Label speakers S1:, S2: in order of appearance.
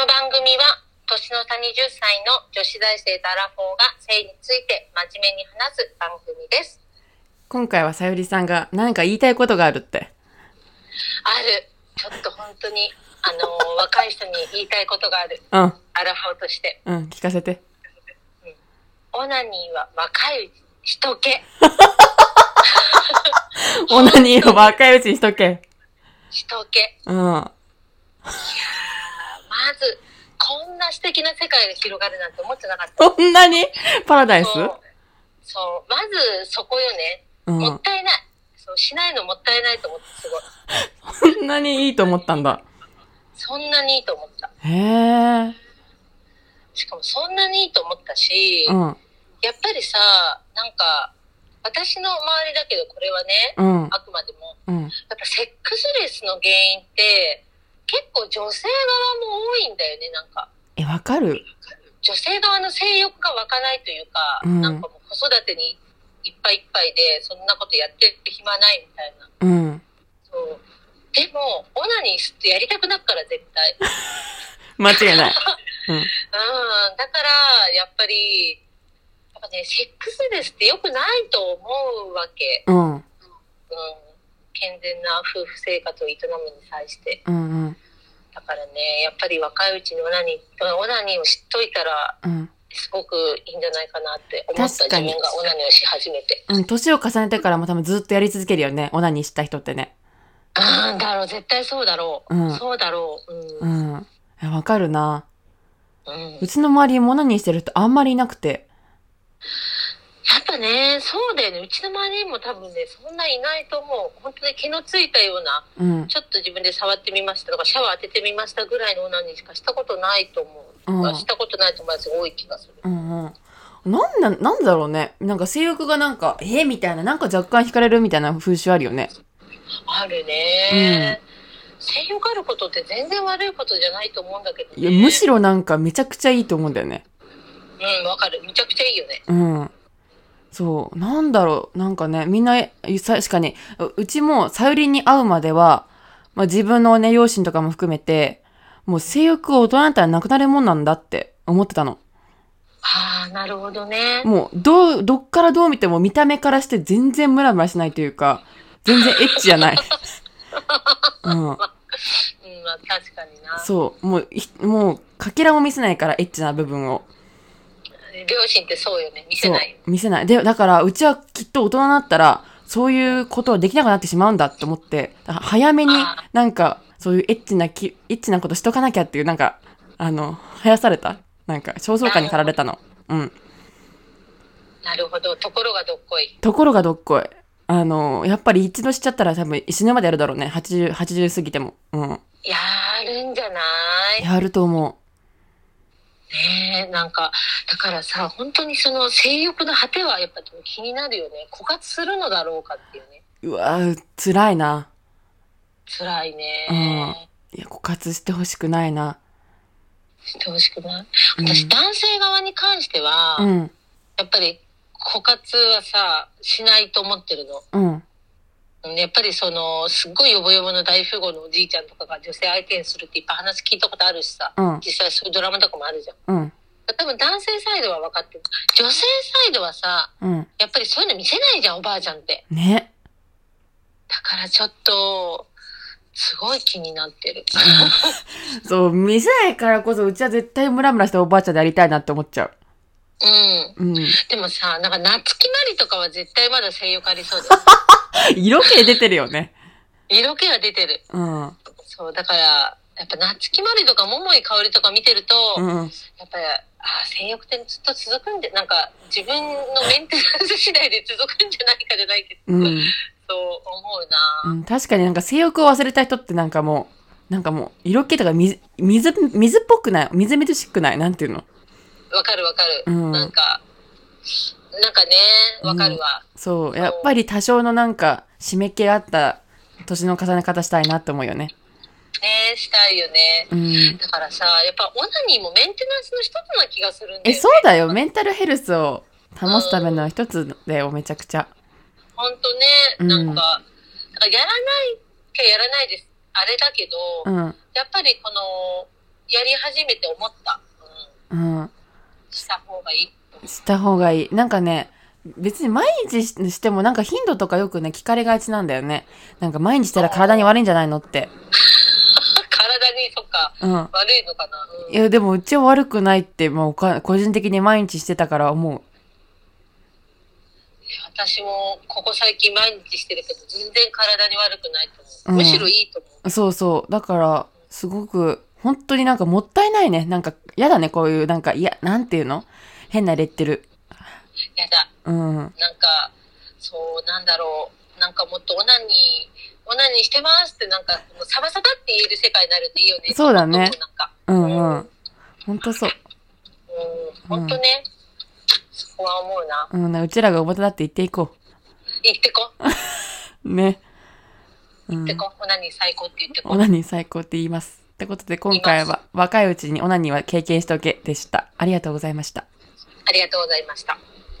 S1: 組は年の差20歳の女子大生とアラフォーが性について真面目に話す番組です
S2: 今回はさゆりさんが何か言いたいことがあるって。
S1: あるちょっと本当にあのー若い人に言いたいことがある
S2: うん、
S1: アラフォーとして
S2: うん、聞かせて。
S1: オナニーは若いうちにしとけ
S2: オナニーを若いうちにしとけ。
S1: しとけ
S2: うん。あ
S1: まずこんな素敵な世界が広がるなんて思ってなかった
S2: そんなにパラダイス
S1: そうそうまずそこよね、
S2: う
S1: もっ
S2: ん。
S1: たいないそうしないのもったいないと思ってすごい
S2: そんなにいいと思ったんだ。
S1: そんなにいいと思った
S2: へえ。
S1: しかもそんなにいいと思ったし、
S2: うん、
S1: やっぱりさなんか私の周りだけどこれはね
S2: うん、
S1: あくまでも
S2: うん。
S1: やっぱセックスレスの原因って結構女性側も多いんだよねなんか
S2: え、わかる
S1: 女性側の性欲が湧かないというか、
S2: うん
S1: なんかもう子育てにいっぱいいっぱいでそんなことやってる暇ないみたいな
S2: うん。
S1: そうでもオナニーすってやりたくなっから絶対
S2: 間違いない。
S1: うん、だから、やっぱり、やっぱね、セックスレスって良くないと思うわけ。
S2: うん、うん、
S1: うん。健全な夫婦生活を営むに際して。
S2: うん、
S1: だからね、やっぱり若いうちにオナニー、オナニーを知っといたら、
S2: うん。
S1: すごくいいんじゃないかなって思った
S2: 確
S1: 自
S2: か
S1: 分
S2: に
S1: がオナニーをし始めて。
S2: うん、年を重ねてからも多分ずっとやり続けるよね。オナニーした人ってね。
S1: うん、だろう、絶対そうだろう。
S2: うん
S1: そうだろう。うん。
S2: うん。いやわかるな。
S1: うん、や
S2: うちの周りもオナニーしてる人あんまりいなくて。
S1: っぱね、そうだよね。うちの周りにも多分ね、そんないないと思う。本当に気のついたような。
S2: うん。
S1: ちょっと自分で触ってみましたとか、シャワー当ててみましたぐらいのオナニーしかしたことないと思う。
S2: うん。
S1: したことない友達が多い気がする。
S2: うんうん。なんな、なんだろうね。なんか性欲がなんか、えーみたいな、なんか若干惹かれるみたいな風習あるよね。
S1: あるね。性欲あることって全然悪いことじゃないと思うんだけど、ね。
S2: いや、むしろなんかめちゃくちゃいいと思うんだよね。
S1: うん、わかる。むちゃくちゃいいよね。
S2: うん。そう。なんだろう。なんかね、みんな、え確かに、ううちも、さゆりに会うまでは、まあ自分のね、両親とかも含めて、もう性欲が大人だったらなくなるもんなんだって思ってたの。
S1: ああ、なるほどね。
S2: もう、どう、どっからどう見ても見た目からして全然ムラムラしないというか、全然エッチじゃない。うん。
S1: うん、まあ確かにな。
S2: そう。もう、いもう、かけらも見せないから、エッチな部分を。
S1: 両親ってそうよね。見せ
S2: そう
S1: ないよ。。
S2: 見せない。で、だから、うちはきっと大人になったら、そういうことはできなくなってしまうんだって思って、だから早めに
S1: あ
S2: なんか、そういうエッチなき、エッチなことしとかなきゃっていう、なんか、あの、生やされた。なんか、焦燥感に駆られたの。うん。
S1: なるほど。ところがどっこい。
S2: ところがどっこい。あの、やっぱり一度しちゃったら多分死ぬまでやるだろうね。80、80過ぎても。うん。
S1: やるんじゃない
S2: やると思
S1: ねえ、なんか、だからさ、本当にその性欲の果てはやっぱ気になるよね。枯渇するのだろうかっていうね。
S2: う。うわぁ、辛いな。
S1: 辛いね。
S2: いや、枯渇してほしくないな。
S1: してほしくない、
S2: うん
S1: 私、男性側に関しては、
S2: うん。
S1: やっぱり枯渇はさ、しないと思ってるの。
S2: うん。
S1: うんやっぱりその、すっごいヨボヨボの大富豪のおじいちゃんとかが女性相手にするっていっぱい話聞いたことあるしさ。
S2: うん。
S1: 実際そういうドラマとかもあるじゃん。
S2: うん。
S1: 多分男性サイドは分かってる。女性サイドはさ、
S2: うん。
S1: やっぱりそういうの見せないじゃん、おばあちゃんって。
S2: ね。
S1: だからちょっと、すごい気になってる。
S2: そう、見せないからこそ、うちは絶対ムラムラしたおばあちゃんでありたいなって思っちゃ
S1: うん。
S2: う。うん。
S1: でもさ、なんか夏木マリとかは絶対まだ性欲ありそうで
S2: 色気出てるよね。
S1: 色気は出てる。
S2: うん。うん。
S1: そう、だから、やっぱ夏木マリとか桃井香りとか見てると、やっぱり、ああ、性欲ってずっと続くんで、なんか自分のメンテナンス次第で続くんじゃないかじゃないけど、
S2: うん。
S1: そう思う
S2: う
S1: な、
S2: ん、確かになんか性欲を忘れた人ってなんかもう、なんかもう、色気とか水、水、水っぽくないみずみずしくないなんていうの
S1: わかるわかる、
S2: うん
S1: なんか、なんかね、わかるわ。
S2: そう、やっぱり多少のなんか、締め気あった年の重ね方したいなって思うよね。
S1: ねしたいよね。
S2: うん。
S1: だからさ、やっぱオナニーもメンテナンスの一つな気がするんだよ、ね。
S2: え、そうだよ。メンタルヘルスを保つための一つだよ、めちゃくちゃ。
S1: ほんとね、
S2: うん
S1: なんか、やらないってやらないです。あれだけど、
S2: うん。
S1: やっぱりこの、やり始めて思った。うん。
S2: うん。
S1: した方がい い。
S2: した方がいい。なんかね、別に毎日ししてもなんか頻度とかよくね、聞かれがちなんだよね。なんか毎日したら体に悪いんじゃないのって。
S1: 体にとか
S2: うん。
S1: 悪いのかな。うん
S2: いや、でもうちは悪くないって、まあおか、個人的に毎日してたから思う。
S1: 私もここ最近毎日してるけど全然体に悪くないと
S2: う
S1: 思う、
S2: ん
S1: むしろいいと思う
S2: そうそう。だから、すごく、本当になんかもったいないね。なんか、やだね、こういう、なんか、いや、なんていうの変なレッテル。
S1: やだ
S2: うん。
S1: なんかそうなんだろうなんかもっとオナニーオナニーしてますってなんかもうサバサバって言える世界になるといいよね
S2: そうだね
S1: なんか
S2: うんうん。本当そう。
S1: うん本当ね、そこは思うな
S2: うん、うちらが表だって言っていこ
S1: 行ってこ行
S2: う。ね。う
S1: っ
S2: ん
S1: て。こ、オナニー最高って言ってこ
S2: オナニー最高って言います。ってことで今回
S1: 言いま
S2: は若いうちにオナニーは経験しておけでした。ありがとうございました。
S1: ありがとうございました